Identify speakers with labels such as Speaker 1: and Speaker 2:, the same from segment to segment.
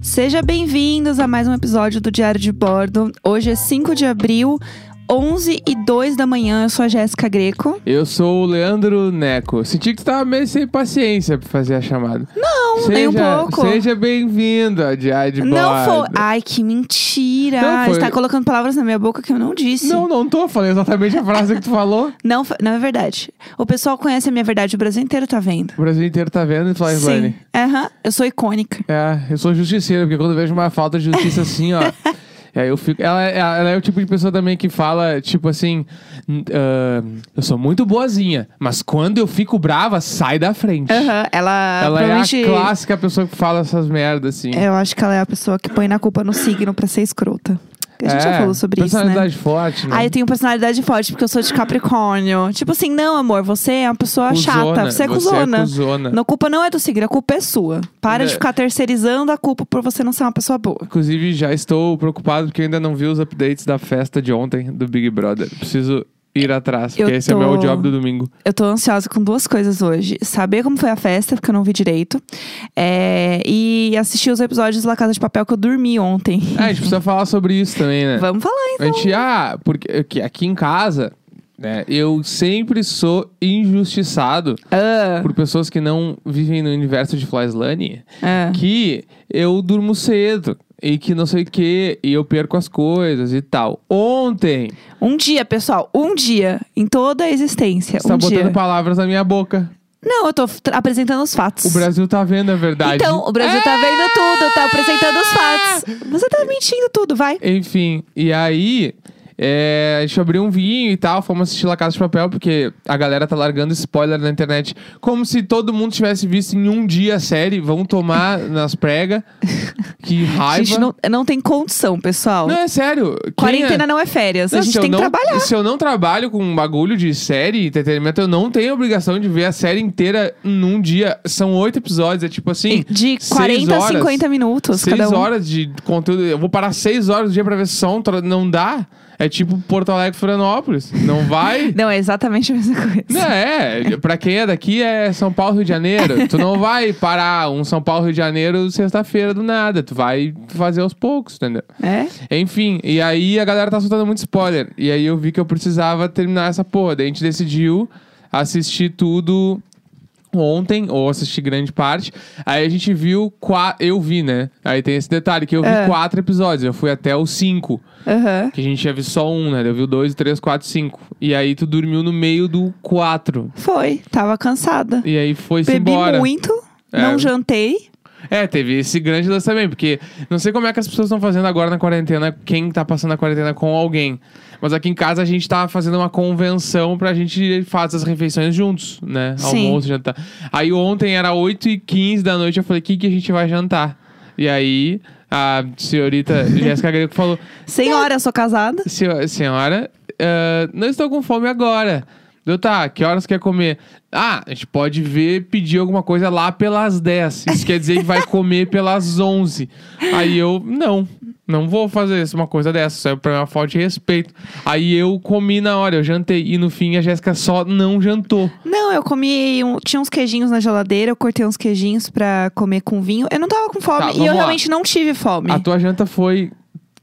Speaker 1: Seja bem-vindos a mais um episódio do Diário de Bordo. Hoje é 5 de abril, 11 e 2 da manhã. Eu sou a Jéssica Greco.
Speaker 2: Eu sou o Leandro Neco. Senti que tu tava meio sem paciência pra fazer a chamada.
Speaker 1: Não, nem um pouco.
Speaker 2: Seja bem-vindo a Diário de
Speaker 1: Não
Speaker 2: Bordo.
Speaker 1: foi. Ai, que mentira.
Speaker 2: Não foi.
Speaker 1: Você tá colocando palavras na minha boca que eu não disse.
Speaker 2: Não, não tô. Falei exatamente a frase que tu falou.
Speaker 1: Não, fa- não é verdade. O pessoal conhece a minha verdade, o Brasil inteiro tá vendo.
Speaker 2: O Brasil inteiro tá vendo e fala,
Speaker 1: Sim.
Speaker 2: Slane.
Speaker 1: Aham, eu sou icônica.
Speaker 2: É, eu sou justiceiro, porque quando eu vejo uma falta de justiça assim, ó. E aí eu fico. Ela, ela- ela é o tipo de pessoa também que fala, tipo assim. "Hum, ah, eu sou muito boazinha, mas quando eu fico brava, sai da frente.
Speaker 1: Aham, ela,
Speaker 2: Ela é a
Speaker 1: provavelmente...
Speaker 2: clássica pessoa que fala essas merdas, assim.
Speaker 1: Eu acho que ela é a pessoa que põe na culpa no signo pra ser escrota. A gente já falou sobre isso, né?
Speaker 2: É. Personalidade forte, né?
Speaker 1: Ah, eu tenho personalidade forte porque eu sou de Capricórnio. Tipo assim, não, amor, você é uma pessoa chata, você é cuzona. Não, a culpa não é do signo, a culpa é sua. Para
Speaker 2: É.
Speaker 1: de ficar terceirizando a culpa por você não ser uma pessoa boa.
Speaker 2: Inclusive, já estou preocupado porque eu ainda não vi os updates da festa de ontem do Big Brother. Preciso ir atrás,
Speaker 1: Eu
Speaker 2: porque esse é o
Speaker 1: tô-
Speaker 2: meu job do domingo.
Speaker 1: Eu tô ansiosa com duas coisas hoje: saber como foi a festa, porque eu não vi direito, é, e assistir os episódios da Casa de Papel que eu dormi ontem.
Speaker 2: É, a gente precisa falar sobre isso também, né?
Speaker 1: Vamos falar,
Speaker 2: A
Speaker 1: então.
Speaker 2: gente, ah, porque aqui, aqui em casa, né, eu sempre sou injustiçado
Speaker 1: Ah,
Speaker 2: por pessoas que não vivem no universo de Flyslane.
Speaker 1: ah.
Speaker 2: que eu durmo cedo e que não sei o que, e eu perco as coisas e tal. Ontem,
Speaker 1: Um dia, pessoal, um dia em toda a existência.
Speaker 2: você tá
Speaker 1: um
Speaker 2: botando
Speaker 1: dia.
Speaker 2: palavras na minha boca.
Speaker 1: Não, eu tô tra- apresentando os fatos.
Speaker 2: O Brasil tá vendo a verdade. É!
Speaker 1: Então, o Brasil tá vendo tudo, tá apresentando os fatos. Você tá mentindo tudo, vai.
Speaker 2: É. Enfim, e aí. é, a gente abriu um vinho e tal, fomos assistir La Casa de Papel, porque a galera tá largando spoiler na internet. Como se todo mundo tivesse visto em um dia a série. Vão tomar nas pregas. Que
Speaker 1: A
Speaker 2: raiva.
Speaker 1: gente não, não tem condição, pessoal.
Speaker 2: Não, é sério. Quem é-
Speaker 1: Quarentena não é férias, a
Speaker 2: Não,
Speaker 1: gente
Speaker 2: se eu
Speaker 1: tem que
Speaker 2: não-
Speaker 1: trabalhar.
Speaker 2: Se eu não trabalho com um bagulho de série, entretenimento, eu não tenho obrigação de ver a série inteira num dia. São oito episódios, é tipo assim.
Speaker 1: De
Speaker 2: seis
Speaker 1: 40 a
Speaker 2: horas,
Speaker 1: 50 minutos
Speaker 2: Seis
Speaker 1: cada um.
Speaker 2: horas de conteúdo. Eu vou parar seis horas do dia pra ver só um tro- Não dá. É tipo Porto Alegre Florianópolis. Não vai.
Speaker 1: Não, é exatamente a mesma coisa.
Speaker 2: Não, é, pra quem é daqui é São Paulo, Rio de Janeiro. tu não vai parar um São Paulo, Rio de Janeiro sexta-feira do nada. Tu vai fazer aos poucos, entendeu?
Speaker 1: É?
Speaker 2: Enfim, e aí a galera tá soltando muito spoiler. E aí eu vi que eu precisava terminar essa porra. Daí a gente decidiu assistir tudo ontem, ou assistir grande parte. Aí a gente viu. Qua... Eu vi, né? Aí tem esse detalhe que eu vi
Speaker 1: É.
Speaker 2: quatro episódios. Eu fui até os cinco.
Speaker 1: Aham.
Speaker 2: Que a gente já viu só um, né? Eu vi o dois, três, quatro, cinco. E aí tu dormiu no meio do quatro.
Speaker 1: Foi, tava cansada.
Speaker 2: E aí foi-se
Speaker 1: Bebi
Speaker 2: embora.
Speaker 1: muito,
Speaker 2: É.
Speaker 1: não jantei.
Speaker 2: É, teve esse grande lance também, porque não sei como é que as pessoas estão fazendo agora na quarentena, quem tá passando a quarentena com alguém. Mas aqui em casa a gente tá fazendo uma convenção pra gente fazer as refeições juntos, né?
Speaker 1: Sim.
Speaker 2: Almoço, jantar. Aí ontem era 8h15 da noite, eu falei, o que, que a gente vai jantar? E aí a senhorita Jéssica Greco falou,
Speaker 1: Senhora, eu sou casada.
Speaker 2: Senho- senhora, ah, não estou com fome agora. Eu, tá, que horas quer comer? Ah, a gente pode ver, pedir alguma coisa lá pelas 10. Isso quer dizer que vai comer pelas 11. Aí eu, não, não vou fazer isso, uma coisa dessa. Isso é pra mim uma falta de respeito. Aí eu comi na hora, eu jantei. E no fim a Jéssica só não jantou.
Speaker 1: Não, eu comi. um- tinha uns queijinhos na geladeira, eu cortei uns queijinhos pra comer com vinho. Eu não tava com
Speaker 2: Tá,
Speaker 1: fome e
Speaker 2: vamos
Speaker 1: eu
Speaker 2: lá.
Speaker 1: realmente não tive fome.
Speaker 2: A tua janta foi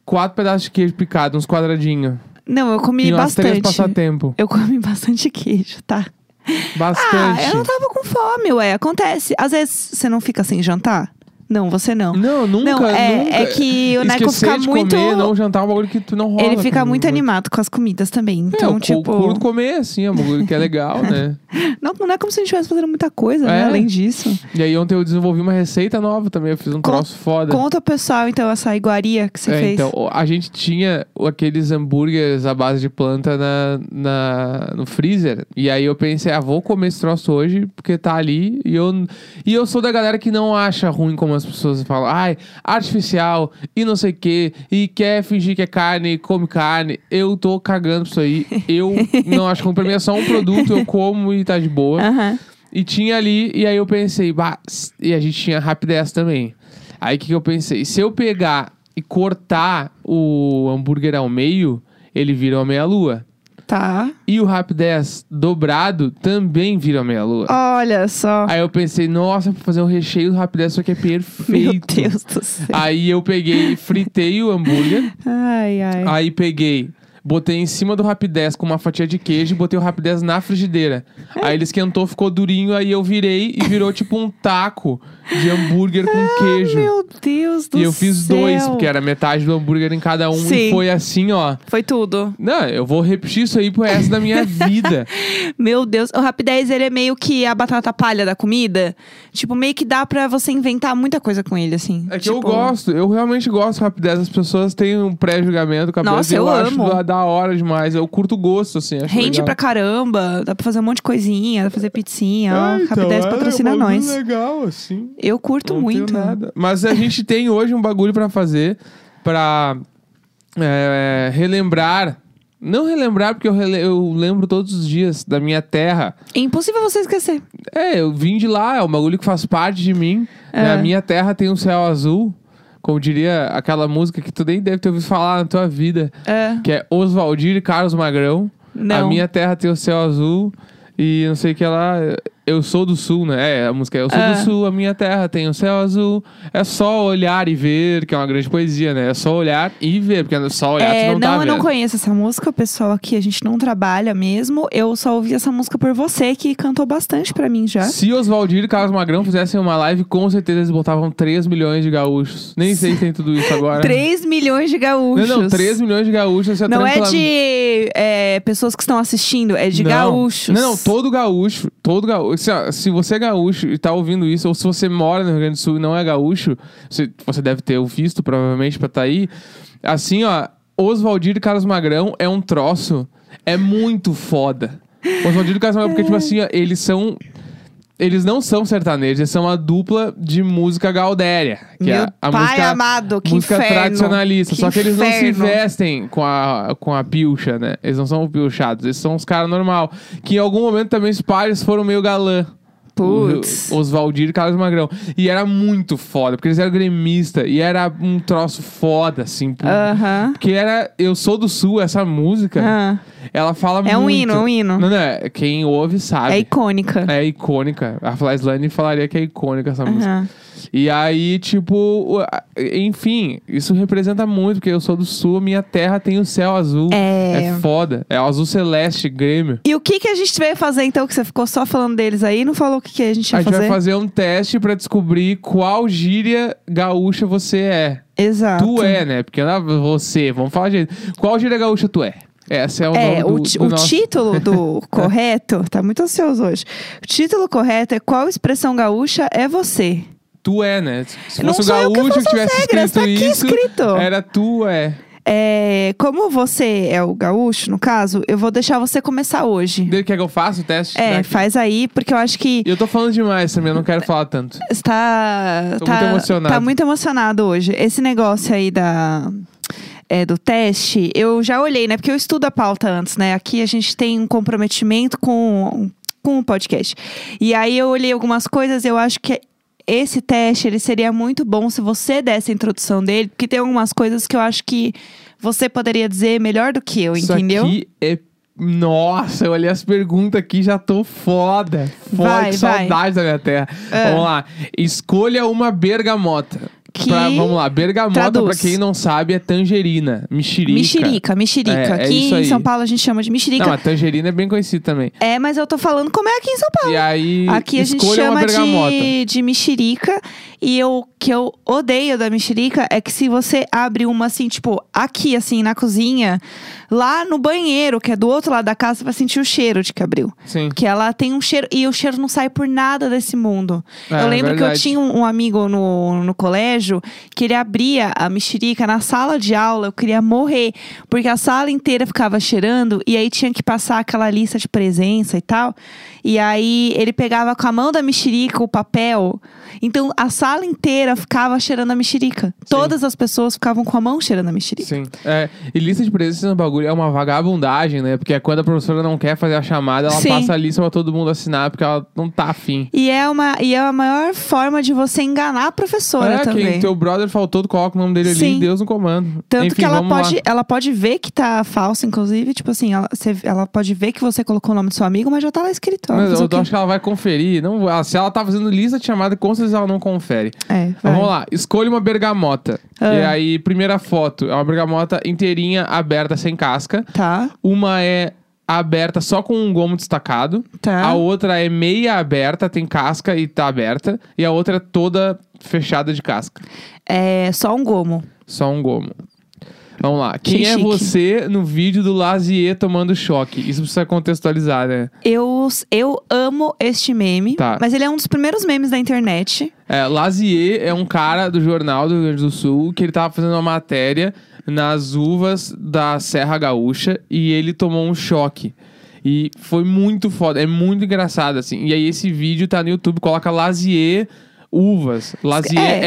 Speaker 2: quatro pedaços de queijo picado, uns quadradinhos.
Speaker 1: Não, eu comi
Speaker 2: E umas três
Speaker 1: bastante.
Speaker 2: passatempo.
Speaker 1: Eu comi bastante queijo, tá?
Speaker 2: Bastante.
Speaker 1: Ah, eu não tava com fome, ué. Acontece. Às vezes você não fica sem jantar? Não, você não.
Speaker 2: Não, nunca,
Speaker 1: não, é,
Speaker 2: nunca.
Speaker 1: é que o Neco
Speaker 2: Esquecer
Speaker 1: fica
Speaker 2: de
Speaker 1: muito.
Speaker 2: Comer, não jantar é um bagulho que tu não rola.
Speaker 1: ele fica
Speaker 2: tu-
Speaker 1: muito animado com as comidas também.
Speaker 2: É,
Speaker 1: Então,
Speaker 2: eu cu-
Speaker 1: tipo.
Speaker 2: curto comer, assim, é um bagulho que é legal, né?
Speaker 1: Não, não é como se a gente estivesse fazendo muita coisa, né?
Speaker 2: É.
Speaker 1: Além disso.
Speaker 2: E aí ontem eu desenvolvi uma receita nova também, eu fiz um
Speaker 1: Com-
Speaker 2: troço foda.
Speaker 1: Conta pro pessoal, então, essa iguaria que você
Speaker 2: É,
Speaker 1: fez.
Speaker 2: então, o- a gente tinha o- aqueles hambúrgueres à base de planta na, na- no freezer. E aí eu pensei, ah, vou comer esse troço hoje, porque tá ali. E eu, e eu sou da galera que não acha ruim como as pessoas falam. Ai, artificial e não sei o quê. E quer fingir que é carne, come carne. Eu tô cagando pra isso aí. Eu não acho ruim. Pra mim é só um produto, eu como e tá de boa.
Speaker 1: Aham.
Speaker 2: E tinha ali, e aí eu pensei, bah, s- e a gente tinha rapidez também. Aí o que, que eu pensei? Se eu pegar e cortar o hambúrguer ao meio, ele vira uma meia-lua.
Speaker 1: Tá.
Speaker 2: E o Rap 10 dobrado também vira meia lua.
Speaker 1: Olha só.
Speaker 2: Aí eu pensei, nossa, pra fazer um recheio do Rap 10 só que é perfeito.
Speaker 1: Meu Deus do céu.
Speaker 2: Aí eu peguei, fritei o hambúrguer.
Speaker 1: Ai, ai.
Speaker 2: Aí peguei, botei em cima do rapidez com uma fatia de queijo e botei o rapidez na frigideira. Aí ele esquentou, ficou durinho, aí eu virei e virou tipo um taco de hambúrguer com queijo.
Speaker 1: Ah, Meu Deus do
Speaker 2: E eu fiz
Speaker 1: céu.
Speaker 2: dois, porque era metade do hambúrguer em cada um
Speaker 1: Sim.
Speaker 2: e foi assim, ó.
Speaker 1: Foi tudo.
Speaker 2: Não, eu vou repetir isso aí pro resto da minha vida.
Speaker 1: Meu Deus. O Rapidez, ele é meio que a batata palha da comida. Tipo, meio que dá pra você inventar muita coisa com ele, assim.
Speaker 2: É que eu
Speaker 1: Tipo,
Speaker 2: gosto, eu realmente gosto do rapidez. As pessoas têm um pré-julgamento com a
Speaker 1: Nossa,
Speaker 2: pessoa,
Speaker 1: eu
Speaker 2: acho
Speaker 1: amo.
Speaker 2: da- da hora demais. Eu curto o gosto, assim. Acho
Speaker 1: Rende
Speaker 2: legal.
Speaker 1: pra caramba. Dá pra fazer um monte de coisinha. Dá pra fazer pizzinha. ó,
Speaker 2: É, então,
Speaker 1: Rapidez
Speaker 2: é,
Speaker 1: patrocina
Speaker 2: é um bagulho
Speaker 1: nós.
Speaker 2: legal, assim.
Speaker 1: Eu curto
Speaker 2: Não tenho
Speaker 1: muito.
Speaker 2: nada. Mas a gente tem hoje um bagulho pra fazer pra é, relembrar. Não relembrar, porque eu, rele- eu lembro todos os dias da minha terra.
Speaker 1: É impossível você esquecer.
Speaker 2: É, eu vim de lá, é um bagulho que faz parte de mim.
Speaker 1: É.
Speaker 2: A minha terra tem um céu azul. Como diria aquela música que tu nem deve ter ouvido falar na tua vida,
Speaker 1: É.
Speaker 2: que é Oswaldir e Carlos Magrão.
Speaker 1: Não.
Speaker 2: A minha terra tem o céu azul e não sei o que lá. Eu sou do sul, né? É, a música é Eu sou
Speaker 1: Ah.
Speaker 2: do sul, a minha terra tem o céu azul. É só olhar e ver, que é uma grande poesia, né? É só olhar e ver, porque só olhar
Speaker 1: É,
Speaker 2: tu não, tá
Speaker 1: não, eu
Speaker 2: vendo.
Speaker 1: não conheço essa música, o pessoal aqui, a gente não trabalha mesmo. Eu só ouvi essa música por você, que cantou bastante pra mim já.
Speaker 2: Se Oswaldir e Carlos Magrão fizessem uma live, com certeza eles botavam 3 milhões de gaúchos. Nem sei se tem tudo isso agora.
Speaker 1: 3 milhões de gaúchos.
Speaker 2: Não, não, 3 milhões de gaúchos. Assim,
Speaker 1: Não é
Speaker 2: tranquilamente-
Speaker 1: de é, pessoas que estão assistindo, é de
Speaker 2: não.
Speaker 1: gaúchos.
Speaker 2: Não, não, todo gaúcho, todo gaúcho. Se, ó, se você é gaúcho e tá ouvindo isso, ou se você mora no Rio Grande do Sul e não é gaúcho, você, você deve ter o visto, provavelmente, pra tá aí. Assim, ó, Oswaldir e Carlos Magrão é um troço, é muito foda. Oswaldir e Carlos Magrão, porque, tipo assim, ó, eles são... Eles não são sertanejos, eles são a dupla de música gaudéria. Que
Speaker 1: Meu
Speaker 2: é a
Speaker 1: pai
Speaker 2: música,
Speaker 1: amado, que
Speaker 2: música
Speaker 1: inferno.
Speaker 2: tradicionalista.
Speaker 1: Que
Speaker 2: só que eles não se
Speaker 1: inferno.
Speaker 2: vestem vestem com a, com a pilcha, né? Eles não são pilchados, eles são os caras normal. Que em algum momento também os pares foram meio galã.
Speaker 1: Putz.
Speaker 2: O- Oswaldir e Carlos Magrão. E era muito foda, porque eles eram gremista e era um troço foda, assim. por-
Speaker 1: Aham.
Speaker 2: Porque era Eu Sou do Sul, essa música,
Speaker 1: Ah,
Speaker 2: ela fala muito.
Speaker 1: É um hino, é um hino.
Speaker 2: Não, não, é- quem ouve sabe.
Speaker 1: é icônica.
Speaker 2: É icônica. A Flyslane falaria que é icônica essa música.
Speaker 1: Aham.
Speaker 2: E aí, tipo, o- a- enfim, isso representa muito, porque eu sou do sul, minha terra tem o céu azul.
Speaker 1: É.
Speaker 2: foda. É o azul celeste, Grêmio.
Speaker 1: E o que, que a gente veio fazer então? Que você ficou só falando deles aí, não falou o que, que a gente ia
Speaker 2: a gente
Speaker 1: fazer?
Speaker 2: vai fazer um teste pra descobrir qual gíria gaúcha você é.
Speaker 1: Exato.
Speaker 2: Tu é, né? Porque não é você, vamos falar de Qual gíria gaúcha tu é? Essa é o
Speaker 1: É,
Speaker 2: nome do,
Speaker 1: o, ti-
Speaker 2: do
Speaker 1: o
Speaker 2: nosso-
Speaker 1: título do correto, tá muito ansioso hoje. O título correto é Qual expressão gaúcha é você?
Speaker 2: Tu é, né? Se
Speaker 1: Não
Speaker 2: fosse o
Speaker 1: sou eu que
Speaker 2: gaúcho
Speaker 1: faço as
Speaker 2: tivesse
Speaker 1: regras,
Speaker 2: escrito
Speaker 1: tá aqui
Speaker 2: isso,
Speaker 1: escrito.
Speaker 2: era tu é.
Speaker 1: É, como você é o gaúcho, no caso, eu vou deixar você começar hoje.
Speaker 2: Quer que eu faça o teste?
Speaker 1: É,
Speaker 2: Daqui.
Speaker 1: faz aí, porque eu acho que
Speaker 2: Eu tô falando demais também, eu não quero falar tanto.
Speaker 1: está
Speaker 2: Tô
Speaker 1: tá,
Speaker 2: muito emocionado.
Speaker 1: tá muito emocionado hoje. Esse negócio aí da é, do teste, eu já olhei, né? Porque eu estudo a pauta antes, né? Aqui a gente tem um comprometimento com com o podcast. E aí eu olhei algumas coisas, eu acho que esse teste, ele seria muito bom se você desse a introdução dele, porque tem algumas coisas que eu acho que você poderia dizer melhor do que eu,
Speaker 2: Isso
Speaker 1: entendeu?
Speaker 2: aqui é. Nossa, eu olhei as perguntas aqui e já tô foda. Foda,
Speaker 1: Vai,
Speaker 2: que
Speaker 1: vai. Ah.
Speaker 2: saudade da minha terra. Vamos lá. Escolha uma bergamota.
Speaker 1: Que-
Speaker 2: Pra- vamos lá, bergamota,
Speaker 1: Traduz.
Speaker 2: pra quem não sabe, é tangerina, mexerica.
Speaker 1: Mexerica, mexerica.
Speaker 2: É, é
Speaker 1: aqui
Speaker 2: isso
Speaker 1: em
Speaker 2: aí.
Speaker 1: São Paulo a gente chama de mexerica.
Speaker 2: Não, a tangerina é bem conhecida também.
Speaker 1: É, mas eu tô falando como é aqui em São Paulo.
Speaker 2: E aí,
Speaker 1: Aqui a gente
Speaker 2: escolha uma
Speaker 1: chama
Speaker 2: bergamota.
Speaker 1: de, de mexerica. E eu- o que eu odeio da mexerica é que se você abre uma assim, tipo, aqui, assim, na cozinha, lá no banheiro, que é do outro lado da casa, você vai sentir o cheiro de que abriu.
Speaker 2: Sim.
Speaker 1: Porque ela tem um cheiro. E o cheiro não sai por nada desse mundo.
Speaker 2: É,
Speaker 1: eu lembro que eu
Speaker 2: verdade.
Speaker 1: tinha um, um amigo no, no colégio que ele abria a mexerica na sala de aula. Eu queria morrer. Porque a sala inteira ficava cheirando. E aí tinha que passar aquela lista de presença e tal. E aí ele pegava com a mão da mexerica o papel. Então a sala inteira ficava cheirando a mexerica. Todas as pessoas ficavam com a mão cheirando a mexerica.
Speaker 2: Sim. É, e lista de presença no bagulho é uma vagabundagem, né? Porque é quando a professora não quer fazer a chamada, ela
Speaker 1: Sim.
Speaker 2: passa a lista pra todo mundo assinar, porque ela não tá afim.
Speaker 1: E é, uma, e é a maior forma de você enganar a professora
Speaker 2: É,
Speaker 1: também.
Speaker 2: quem
Speaker 1: também.
Speaker 2: teu brother faltou, tu coloca o nome dele ali,
Speaker 1: Sim.
Speaker 2: Deus no comando.
Speaker 1: Tanto
Speaker 2: Enfim,
Speaker 1: que ela
Speaker 2: vamos lá.
Speaker 1: pode, ela pode ver que tá falso, inclusive. Tipo assim, ela, cê- ela pode ver que você colocou o nome do seu amigo, mas já tá lá escrito. ó,
Speaker 2: Mas
Speaker 1: fazer
Speaker 2: eu
Speaker 1: o quê?
Speaker 2: acho que ela vai conferir. Não, ela- se ela tá fazendo lista de chamada, com certeza ela não confere.
Speaker 1: É,
Speaker 2: Mas
Speaker 1: vai.
Speaker 2: vamos lá, escolha uma bergamota.
Speaker 1: Ah.
Speaker 2: E aí, primeira foto, é uma bergamota inteirinha, aberta, sem casca.
Speaker 1: Tá,
Speaker 2: Uma é aberta só com um gomo destacado.
Speaker 1: tá.
Speaker 2: A outra é meia aberta, tem casca e tá aberta. E a outra é toda fechada de casca.
Speaker 1: É só um gomo.
Speaker 2: Só um gomo. Vamos lá. Quem é
Speaker 1: chique.
Speaker 2: você no vídeo do Lazier tomando choque? Isso precisa contextualizar, né?
Speaker 1: Eu, eu amo este meme,
Speaker 2: Tá.
Speaker 1: mas ele é um dos primeiros memes da internet.
Speaker 2: É, Lazier é um cara do jornal do Rio Grande do Sul que ele tava fazendo uma matéria nas uvas da Serra Gaúcha e ele tomou um choque. E foi muito foda, é muito engraçado assim. E aí esse vídeo tá no YouTube, coloca Lazier Uvas. Lazier
Speaker 1: É.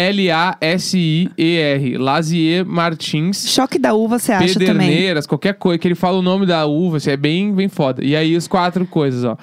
Speaker 2: L-A-S-I-E-R. Lazier Martins.
Speaker 1: Choque da uva, você acha também?
Speaker 2: Pederneiras, qualquer coisa, que ele fala o nome da uva, assim, é bem, bem foda. E aí, as quatro coisas, ó.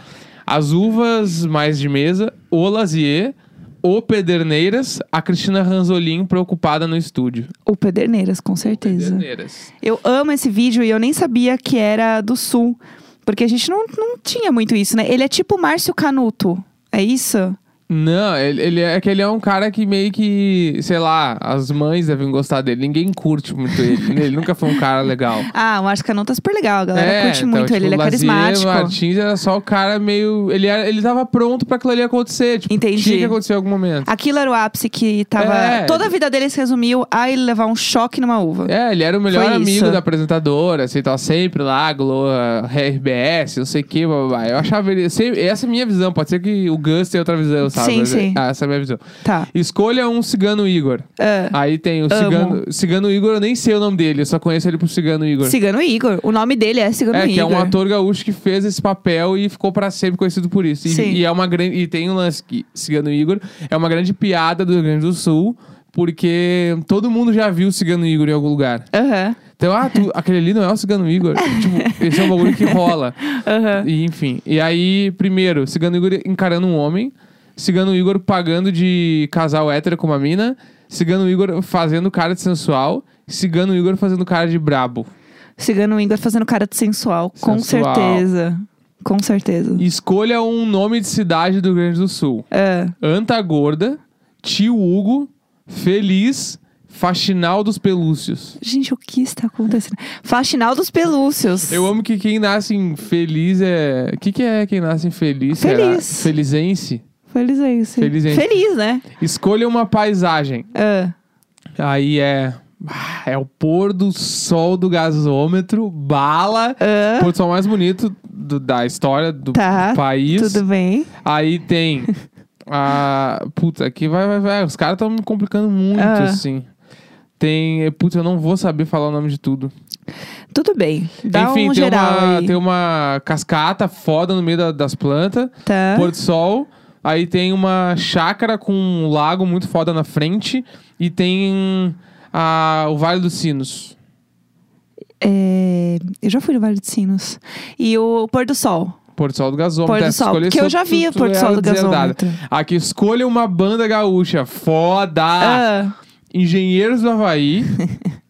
Speaker 2: As uvas mais de mesa, o Lazier, o Pederneiras, a Cristina Ranzolin preocupada no estúdio.
Speaker 1: O Pederneiras, com certeza.
Speaker 2: Pederneiras.
Speaker 1: Eu amo esse vídeo e eu nem sabia que era do sul. Porque a gente não, não tinha muito isso, né? Ele é tipo o Márcio Canuto. É isso?
Speaker 2: Não, ele, ele é é que ele é um cara que meio que, sei lá, as mães devem gostar dele. Ninguém curte muito ele. ele nunca foi um cara legal.
Speaker 1: Ah, o Márcio Canuto é super legal. A galera curte
Speaker 2: então,
Speaker 1: muito
Speaker 2: tipo,
Speaker 1: ele. Ele é
Speaker 2: Lazier,
Speaker 1: carismático.
Speaker 2: Martins era só o cara meio. Ele, era, ele tava pronto pra aquilo ali acontecer. Tipo,
Speaker 1: Entendi.
Speaker 2: Tinha que acontecer em algum momento.
Speaker 1: Aquilo era o ápice que tava.
Speaker 2: É.
Speaker 1: Toda a vida dele se resumiu a ele levar um choque numa uva.
Speaker 2: É, ele era o melhor
Speaker 1: Foi
Speaker 2: amigo
Speaker 1: isso.
Speaker 2: da apresentadora, assim, tava sempre lá, eh, Globo, RBS, não sei o que, blá, blá, blá. Eu achava ele. sempre- essa é a minha visão, pode ser que o Gus tenha outra visão, sabe?
Speaker 1: Sim,
Speaker 2: Mas,
Speaker 1: sim.
Speaker 2: ah, essa é a minha visão.
Speaker 1: Tá.
Speaker 2: Escolha um cigano Igor.
Speaker 1: Ah,
Speaker 2: Aí tem o
Speaker 1: Amo.
Speaker 2: cigano. Cigano Igor, eu nem sei o nome dele, eu só conheço ele pro cigano Igor.
Speaker 1: Cigano Igor. O nome dele é Cigano
Speaker 2: É,
Speaker 1: Igor.
Speaker 2: que é um ator gaúcho que fez esse papel e ficou pra sempre conhecido por isso. E,
Speaker 1: Sim.
Speaker 2: e é uma grande. E tem um lance que Cigano Igor é uma grande piada do Rio Grande do Sul, porque todo mundo já viu o Cigano Igor em algum lugar.
Speaker 1: Aham.
Speaker 2: Então, ah, tu- aquele ali não é o Cigano Igor. tipo, esse é um bagulho que rola.
Speaker 1: Aham.
Speaker 2: E, enfim. E aí, primeiro, Cigano Igor encarando um homem. Cigano Igor pagando de casal hétero com uma mina. Cigano Igor fazendo cara de sensual. Cigano Igor fazendo cara de brabo.
Speaker 1: Cigano Igor fazendo cara de sensual. Com
Speaker 2: Sensual.
Speaker 1: certeza. Com certeza.
Speaker 2: Escolha um nome de cidade do Rio Grande do Sul.
Speaker 1: É.
Speaker 2: Anta Gorda, Tio Hugo, Feliz, Faxinal dos Pelúcios.
Speaker 1: Gente, o que está acontecendo? Faxinal dos Pelúcios.
Speaker 2: Eu amo que quem nasce em feliz é... O que que é quem nasce em feliz? será?
Speaker 1: Feliz.
Speaker 2: Felizense?
Speaker 1: Feliz é isso.
Speaker 2: Feliz, hein?
Speaker 1: Feliz, né?
Speaker 2: Escolha uma paisagem.
Speaker 1: Ah,
Speaker 2: Aí é. Ah, É o pôr do sol do gasômetro, bala.
Speaker 1: Ah.
Speaker 2: Pôr do sol mais bonito do- da história do,
Speaker 1: Tá,
Speaker 2: do país.
Speaker 1: tudo bem.
Speaker 2: Aí tem. a, puta, aqui vai, vai, vai. Os caras estão me complicando muito,
Speaker 1: Ah.
Speaker 2: assim. Tem. Putz, eu não vou saber falar o nome de tudo.
Speaker 1: Tudo bem. Dá
Speaker 2: Enfim,
Speaker 1: um
Speaker 2: tem,
Speaker 1: geral
Speaker 2: uma,
Speaker 1: aí.
Speaker 2: tem uma cascata foda no meio da- das plantas.
Speaker 1: Tá.
Speaker 2: Pôr do sol. Aí tem uma chácara com um lago muito foda na frente. E tem a, o Vale dos Sinos.
Speaker 1: É, Eu já fui no Vale dos Sinos. E o Pôr do Sol.
Speaker 2: Pôr do sol do gasômetro.
Speaker 1: Pôr do
Speaker 2: Essa
Speaker 1: Sol.
Speaker 2: escolha
Speaker 1: Porque eu
Speaker 2: só
Speaker 1: já
Speaker 2: tu-
Speaker 1: vi
Speaker 2: tu
Speaker 1: Pôr do Sol
Speaker 2: era
Speaker 1: do
Speaker 2: deserdada.
Speaker 1: gasômetro.
Speaker 2: Aqui, escolha uma banda gaúcha. Foda!
Speaker 1: Ah,
Speaker 2: Engenheiros do Havaí.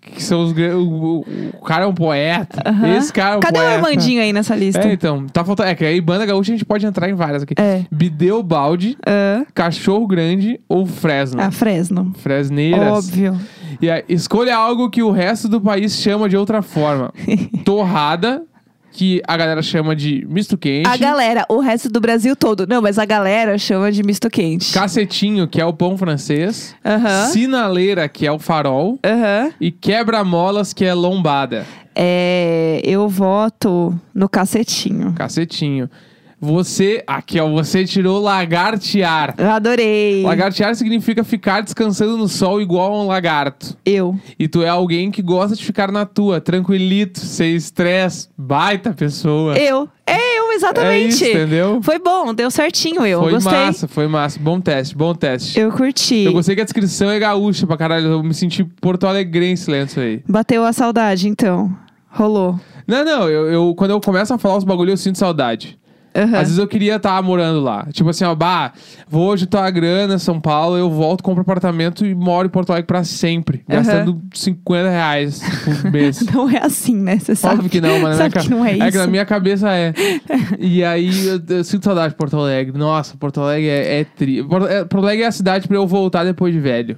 Speaker 2: que são os... gran- O, o- o cara é um poeta.
Speaker 1: aham.
Speaker 2: Esse cara é um
Speaker 1: Cadê o
Speaker 2: poeta.
Speaker 1: Armandinho aí nessa lista?
Speaker 2: É, então. Tá faltando... É que aí banda gaúcha a gente pode entrar em várias aqui.
Speaker 1: É.
Speaker 2: Bideu Balde,
Speaker 1: Ah,
Speaker 2: Cachorro Grande ou Fresno.
Speaker 1: ah, Fresno.
Speaker 2: Fresneiras.
Speaker 1: Óbvio.
Speaker 2: E aí, escolha algo que o resto do país chama de outra forma. Torrada, que a galera chama de misto quente.
Speaker 1: A galera, o resto do Brasil todo. Não, mas a galera chama de misto quente.
Speaker 2: Cacetinho, que é o pão francês.
Speaker 1: Aham.
Speaker 2: Sinaleira, que é o farol.
Speaker 1: Aham.
Speaker 2: E quebra-molas, que é lombada.
Speaker 1: É, eu voto no cacetinho.
Speaker 2: Cacetinho. Você. Aqui, ó, você tirou lagartear.
Speaker 1: Eu adorei.
Speaker 2: Lagartear significa ficar descansando no sol igual a um lagarto.
Speaker 1: Eu.
Speaker 2: E tu é alguém que gosta de ficar na tua, tranquilito, sem estresse, baita pessoa.
Speaker 1: Eu. É eu,
Speaker 2: é
Speaker 1: exatamente.
Speaker 2: isso, entendeu?
Speaker 1: Foi bom, deu certinho eu.
Speaker 2: foi
Speaker 1: Então, gostei.
Speaker 2: massa, foi massa. Bom teste, bom teste.
Speaker 1: Eu curti.
Speaker 2: Eu gostei que a descrição é gaúcha pra caralho. Eu me senti porto alegrense lendo isso aí.
Speaker 1: Bateu a saudade, então. Rolou.
Speaker 2: Não, não, eu, eu- quando eu começo a falar os bagulho, eu sinto saudade.
Speaker 1: Aham.
Speaker 2: Às vezes eu queria estar morando lá. Tipo assim, ó, bah, vou juntar a grana, São Paulo, eu volto, compro apartamento e moro em Porto Alegre pra sempre.
Speaker 1: Aham.
Speaker 2: Gastando 50 reais por mês.
Speaker 1: Não é assim, né? Você sabe.
Speaker 2: Óbvio que não, mas na minha
Speaker 1: sabe que
Speaker 2: ca-
Speaker 1: não é isso.
Speaker 2: que na minha cabeça é. E aí eu, eu sinto saudade de Porto Alegre. Nossa, Porto Alegre é, é tri. Porto, é- Porto Alegre é a cidade pra eu voltar depois de velho.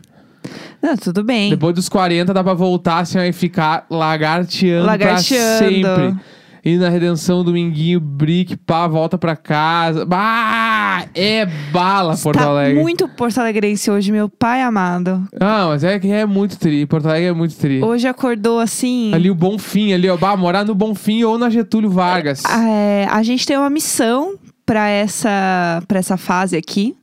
Speaker 1: Não, tudo bem.
Speaker 2: Depois dos 40 dá pra voltar assim ó, e ficar lagarteando,
Speaker 1: Lagarteando.
Speaker 2: pra sempre. E na redenção, dominguinho, brick, pá, volta pra casa. Bah, é bala Porto
Speaker 1: tá
Speaker 2: Alegre.
Speaker 1: muito porto alegrense hoje, meu pai amado.
Speaker 2: Ah, mas é que é muito tri. Porto Alegre é muito tri.
Speaker 1: Hoje acordou assim.
Speaker 2: Ali o Bonfim, ali, ó. Bah, morar no Bonfim ou na Getúlio Vargas.
Speaker 1: É, a gente tem uma missão pra essa, pra essa fase aqui,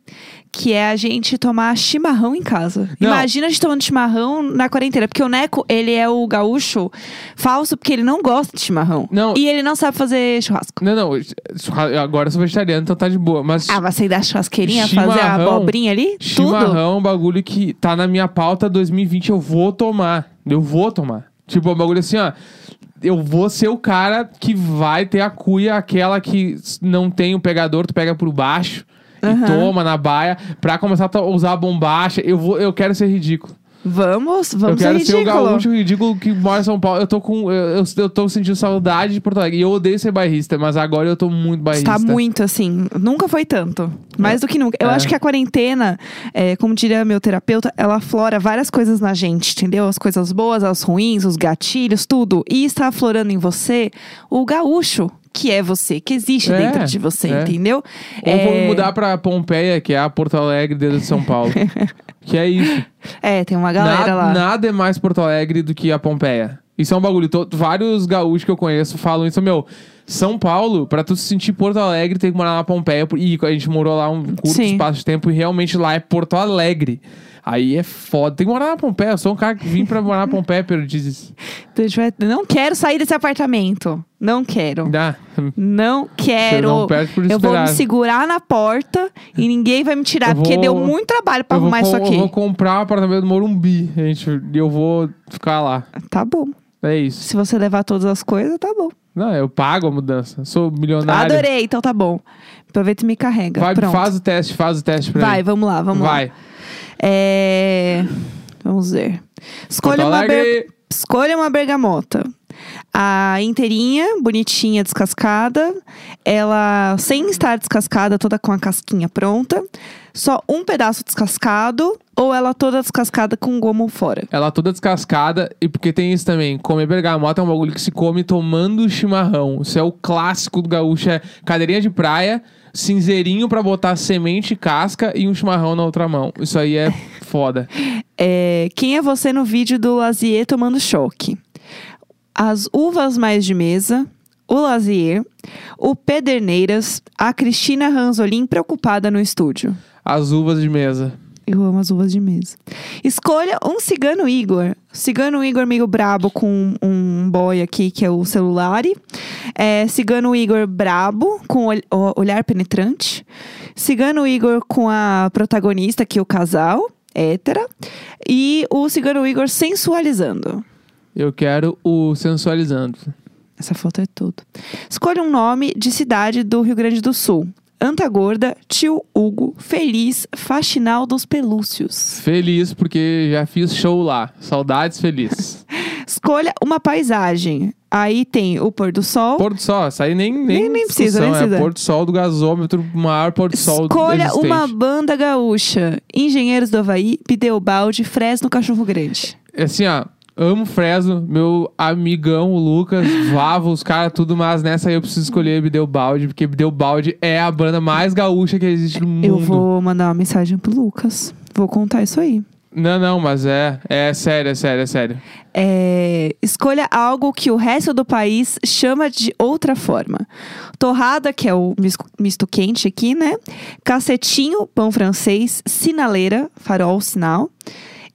Speaker 1: que é a gente tomar chimarrão em casa.
Speaker 2: Não.
Speaker 1: Imagina a gente tomando chimarrão na quarentena, porque o Neco, ele é o gaúcho falso, porque ele não gosta de chimarrão.
Speaker 2: Não.
Speaker 1: E ele não sabe fazer churrasco.
Speaker 2: Não, não. churra- Agora eu sou vegetariano, então tá de boa. Mas
Speaker 1: Ah, mas você dá churrasqueirinha, fazer a
Speaker 2: Chimarrão.
Speaker 1: abobrinha ali?
Speaker 2: chimarrão
Speaker 1: Tudo.
Speaker 2: é um bagulho que tá na minha pauta 2020. Eu vou tomar. Eu vou tomar. Tipo, é um bagulho assim, ó. Eu vou ser o cara que vai ter a cuia, aquela que s- não tem o pegador, tu pega por baixo
Speaker 1: Aham.
Speaker 2: e toma na baia, pra começar a to- usar a bombacha. Eu, vou, eu quero ser ridículo.
Speaker 1: Vamos, vamos
Speaker 2: eu
Speaker 1: ser
Speaker 2: quero ser o
Speaker 1: ridículo.
Speaker 2: gaúcho ridículo que mora em São Paulo. Eu tô com. Eu, eu, eu tô sentindo saudade de Porto Alegre. E eu odeio ser bairrista, mas agora eu tô muito bairrista.
Speaker 1: Está muito assim, nunca foi tanto. Mais do que nunca. Eu
Speaker 2: É.
Speaker 1: acho que a quarentena, é, como diria meu terapeuta, ela aflora várias coisas na gente, entendeu? As coisas boas, as ruins, os gatilhos, tudo. E está aflorando em você o gaúcho, que é você, que existe
Speaker 2: É,
Speaker 1: dentro de você,
Speaker 2: é.
Speaker 1: entendeu?
Speaker 2: Ou
Speaker 1: é,
Speaker 2: vamos mudar pra Pompeia, que é a Porto Alegre dentro de São Paulo. que é isso.
Speaker 1: É, tem uma galera
Speaker 2: nada,
Speaker 1: lá.
Speaker 2: nada é mais Porto Alegre do que a Pompeia. Isso é um bagulho. to- vários gaúchos que eu conheço falam isso. Meu, São Paulo, pra tu se sentir Porto Alegre, tem que morar na Pompeia. E a gente morou lá um curto
Speaker 1: Sim.
Speaker 2: espaço de tempo e realmente lá é Porto Alegre. Aí é foda. Tem que morar na Pompeia. Eu sou um cara que vim pra morar na Pompeia, pelo diz.
Speaker 1: Então a gente vai- Não quero sair desse apartamento. Não quero.
Speaker 2: Dá.
Speaker 1: Não quero.
Speaker 2: não perde por
Speaker 1: eu vou me
Speaker 2: esperar.
Speaker 1: segurar na porta e ninguém vai me tirar,
Speaker 2: Eu
Speaker 1: porque
Speaker 2: vou-
Speaker 1: deu muito trabalho pra
Speaker 2: Eu vou,
Speaker 1: arrumar isso
Speaker 2: com-
Speaker 1: aqui.
Speaker 2: eu vou comprar um apartamento do Morumbi, gente. E eu vou ficar lá.
Speaker 1: Tá bom.
Speaker 2: É isso.
Speaker 1: Se você levar todas as coisas, tá bom.
Speaker 2: Não, eu pago a mudança. Sou milionário.
Speaker 1: Adorei, então tá bom. Aproveita e me carrega.
Speaker 2: Vai,
Speaker 1: Pronto.
Speaker 2: faz o teste, faz o teste pra
Speaker 1: Vai,
Speaker 2: mim.
Speaker 1: vamos lá, vamos lá.
Speaker 2: Vai.
Speaker 1: É, Vamos ver. Escolha
Speaker 2: Porto
Speaker 1: uma, ber-
Speaker 2: Alegre.
Speaker 1: Escolha uma bergamota. A inteirinha, bonitinha, descascada. Ela, sem estar descascada, toda com a casquinha pronta. Só um pedaço descascado. Ou ela toda descascada com gomo fora.
Speaker 2: Ela toda descascada. E porque tem isso também. Comer bergamota é um bagulho que se come tomando chimarrão. Isso é o clássico do gaúcho. É cadeirinha de praia, cinzeirinho pra botar semente, casca e um chimarrão na outra mão. Isso aí é foda.
Speaker 1: É, quem é você no vídeo do Lazier tomando choque? As uvas mais de mesa, o Lazier, o Pederneiras, a Cristina Ranzolin preocupada no estúdio.
Speaker 2: As uvas de mesa.
Speaker 1: Eu amo as uvas de mesa. Escolha um cigano Igor. Cigano Igor meio brabo com um boy aqui, que é o celular. É, cigano Igor brabo, com ol- o- olhar penetrante. Cigano Igor com a protagonista, que é o casal, hétera. E o cigano Igor sensualizando.
Speaker 2: Eu quero o sensualizando.
Speaker 1: Essa foto é tudo. Escolha um nome de cidade do Rio Grande do Sul. Antagorda, Tio Hugo, Feliz, Faxinal dos Pelúcios.
Speaker 2: Feliz porque já fiz show lá. Saudades feliz.
Speaker 1: Escolha uma paisagem. Aí tem o pôr do sol.
Speaker 2: Pôr do sol, isso aí nem, nem,
Speaker 1: Nem- nem precisa, nem
Speaker 2: discussão,
Speaker 1: precisa.
Speaker 2: É pôr do sol do gasômetro, maior pôr do sol
Speaker 1: Escolha
Speaker 2: existente.
Speaker 1: uma banda gaúcha. Engenheiros do Havaí, Pideubalde, Fresno, Cachorro Grande.
Speaker 2: Assim, ó, amo Fresno, meu amigão o Lucas, Vavo, os caras, tudo, mas nessa aí eu preciso escolher Bideu Balde, porque Bideu Balde é a banda mais gaúcha que existe no mundo.
Speaker 1: Eu vou mandar uma mensagem pro Lucas. Vou contar isso aí.
Speaker 2: Não, não, mas é, é sério, é sério, é sério.
Speaker 1: É, escolha algo que o resto do país chama de outra forma. Torrada, que é o mis- misto quente aqui, né? Cacetinho, pão francês, sinaleira, farol, sinal.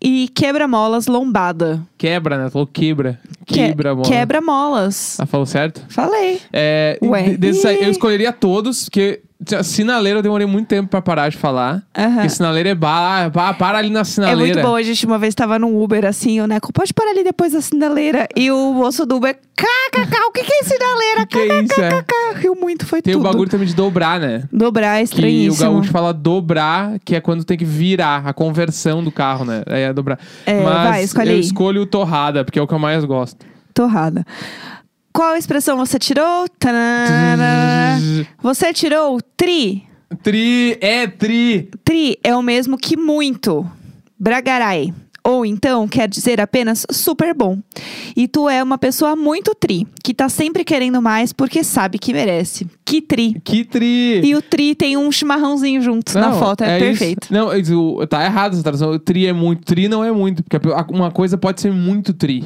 Speaker 1: E quebra-molas, lombada.
Speaker 2: Quebra, né? Falou quebra.
Speaker 1: Que- é
Speaker 2: Quebra, mano.
Speaker 1: Quebra-molas.
Speaker 2: Ela falou certo?
Speaker 1: Falei.
Speaker 2: É,
Speaker 1: Ué.
Speaker 2: e desses aí,
Speaker 1: Ih.
Speaker 2: eu escolheria todos, porque Tinha- Sinaleiro eu demorei muito tempo pra parar de falar.
Speaker 1: Aham.
Speaker 2: Porque sinaleiro é bala, pá, para ali na
Speaker 1: É muito
Speaker 2: sinaleira.
Speaker 1: bom, a gente uma vez tava num Uber assim, o Neco, pode parar ali depois da sinaleira. E o moço do Uber, kkk, o que que é sinaleira?
Speaker 2: Que que é isso, é?
Speaker 1: Kkk, riu muito, foi
Speaker 2: Tem
Speaker 1: tudo.
Speaker 2: o bagulho também de dobrar, né?
Speaker 1: Dobrar, é
Speaker 2: Que o
Speaker 1: estranhíssimo.
Speaker 2: gaúcho fala dobrar, que é quando tem que virar a conversão do carro, né? Aí É dobrar.
Speaker 1: É,
Speaker 2: Mas
Speaker 1: vai, escolhe
Speaker 2: eu
Speaker 1: aí.
Speaker 2: escolho o torrada, porque é o que eu mais gosto.
Speaker 1: Torrada. Qual expressão você tirou? Tanana. Você tirou tri.
Speaker 2: Tri, é tri.
Speaker 1: Tri é o mesmo que muito. Bragarai. Ou então quer dizer apenas super bom. E tu é uma pessoa muito tri, que tá sempre querendo mais porque sabe que merece. Que tri.
Speaker 2: Que tri.
Speaker 1: E o tri tem um chimarrãozinho junto na
Speaker 2: Não,
Speaker 1: foto, é,
Speaker 2: isso.
Speaker 1: perfeito.
Speaker 2: Não, eu digo, tá errado essa tradução. O Tri é muito. Tri não é muito, porque a- uma coisa pode ser muito tri.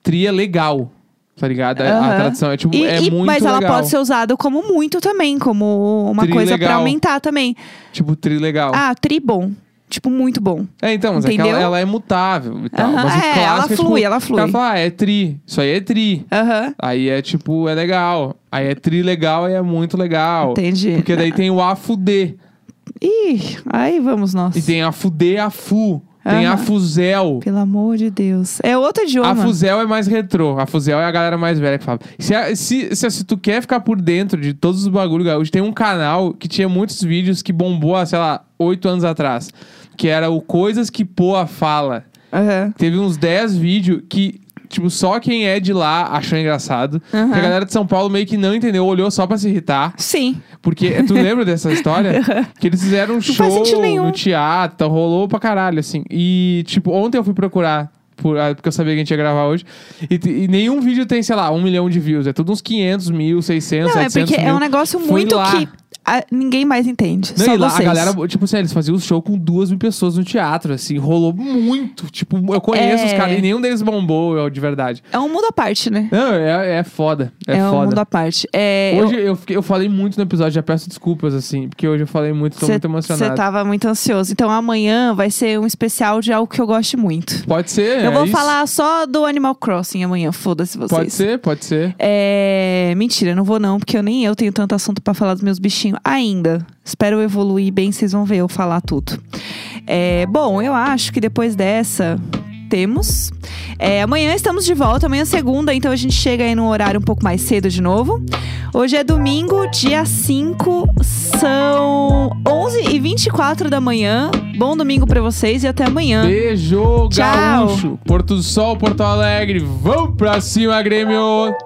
Speaker 2: Tri é legal. Tá ligado? A- A
Speaker 1: Aham.
Speaker 2: tradução é tipo,
Speaker 1: E-
Speaker 2: é
Speaker 1: e-
Speaker 2: muito
Speaker 1: mas ela
Speaker 2: legal.
Speaker 1: pode ser usada como muito também, como uma
Speaker 2: Tri
Speaker 1: coisa pra
Speaker 2: legal.
Speaker 1: aumentar também.
Speaker 2: Tipo, tri legal.
Speaker 1: Ah, tri bom. Tipo, muito bom.
Speaker 2: é, então, mas é que
Speaker 1: entendeu?
Speaker 2: ela, ela é mutável e tal.
Speaker 1: Aham,
Speaker 2: Mas o
Speaker 1: é,
Speaker 2: clássico
Speaker 1: ela
Speaker 2: é, tipo,
Speaker 1: flui, ela
Speaker 2: o
Speaker 1: flui.
Speaker 2: cara fala, ah, é tri. Isso aí é tri.
Speaker 1: Aham.
Speaker 2: Aí é tipo, é legal. Aí é tri legal, aí é muito legal.
Speaker 1: Entendi.
Speaker 2: Porque daí tem o a fuder.
Speaker 1: Ih, aí vamos nós.
Speaker 2: E tem a fuder, a fu. Tem
Speaker 1: Aham.
Speaker 2: a fuzel.
Speaker 1: Pelo amor de Deus. É outro
Speaker 2: A
Speaker 1: idioma.
Speaker 2: Fuzel é mais retrô. A Fuzel é a galera mais velha que fala. Se, a- se, se, se tu quer ficar por dentro de todos os bagulho gaúcho, tem um canal que tinha muitos vídeos que bombou há, sei lá, oito anos atrás. Que era o Coisas que Poa Fala.
Speaker 1: Aham.
Speaker 2: Teve uns 10 vídeos que, tipo, só quem é de lá achou engraçado.
Speaker 1: Aham.
Speaker 2: Que a galera de São Paulo meio que não entendeu, olhou só pra se irritar.
Speaker 1: Sim.
Speaker 2: Porque eh, tu lembra dessa história? Que eles fizeram um
Speaker 1: faz
Speaker 2: show
Speaker 1: sentido nenhum.
Speaker 2: no teatro, rolou pra caralho, assim. E, tipo, ontem eu fui procurar. Por, ah, porque eu sabia que a gente ia gravar hoje. E, t- e nenhum vídeo tem, sei lá, um milhão de views. É tudo uns 500 mil, 600,
Speaker 1: Não, é
Speaker 2: 700
Speaker 1: porque é
Speaker 2: mil.
Speaker 1: um negócio
Speaker 2: Fui
Speaker 1: muito
Speaker 2: lá.
Speaker 1: que ah, ninguém mais entende.
Speaker 2: Não,
Speaker 1: só
Speaker 2: e lá
Speaker 1: vocês.
Speaker 2: a galera, tipo assim, eles faziam o show com duas mil pessoas no teatro, assim. Rolou muito. Tipo, eu conheço
Speaker 1: É.
Speaker 2: os caras e nenhum deles bombou, eu, de verdade.
Speaker 1: É um mundo à parte, né?
Speaker 2: Não, é, é foda. É,
Speaker 1: um mundo
Speaker 2: foda.
Speaker 1: à parte. É, eu-
Speaker 2: Hoje eu, fiquei- eu falei muito no episódio, já peço desculpas, assim. Porque hoje eu falei muito, tô muito emocionado.
Speaker 1: Você tava muito ansioso. Então amanhã vai ser um especial de algo que eu goste muito.
Speaker 2: Pode ser.
Speaker 1: eu
Speaker 2: é
Speaker 1: vou
Speaker 2: isso.
Speaker 1: falar só do Animal Crossing amanhã, foda-se vocês.
Speaker 2: Pode ser, pode ser.
Speaker 1: É, mentira, não vou não, porque eu nem eu tenho tanto assunto pra falar dos meus bichinhos ainda. Espero eu evoluir bem, vocês vão ver eu falar tudo. É, bom, eu acho que depois dessa temos. É, amanhã estamos de volta, amanhã é segunda, então a gente chega aí num horário um pouco mais cedo de novo. Hoje é domingo, dia 5, são 11h24 da manhã. Bom domingo pra vocês e até amanhã. Tchau.
Speaker 2: Beijo, gaúcho. Porto do Sol, Porto Alegre. Vamos pra cima, Grêmio.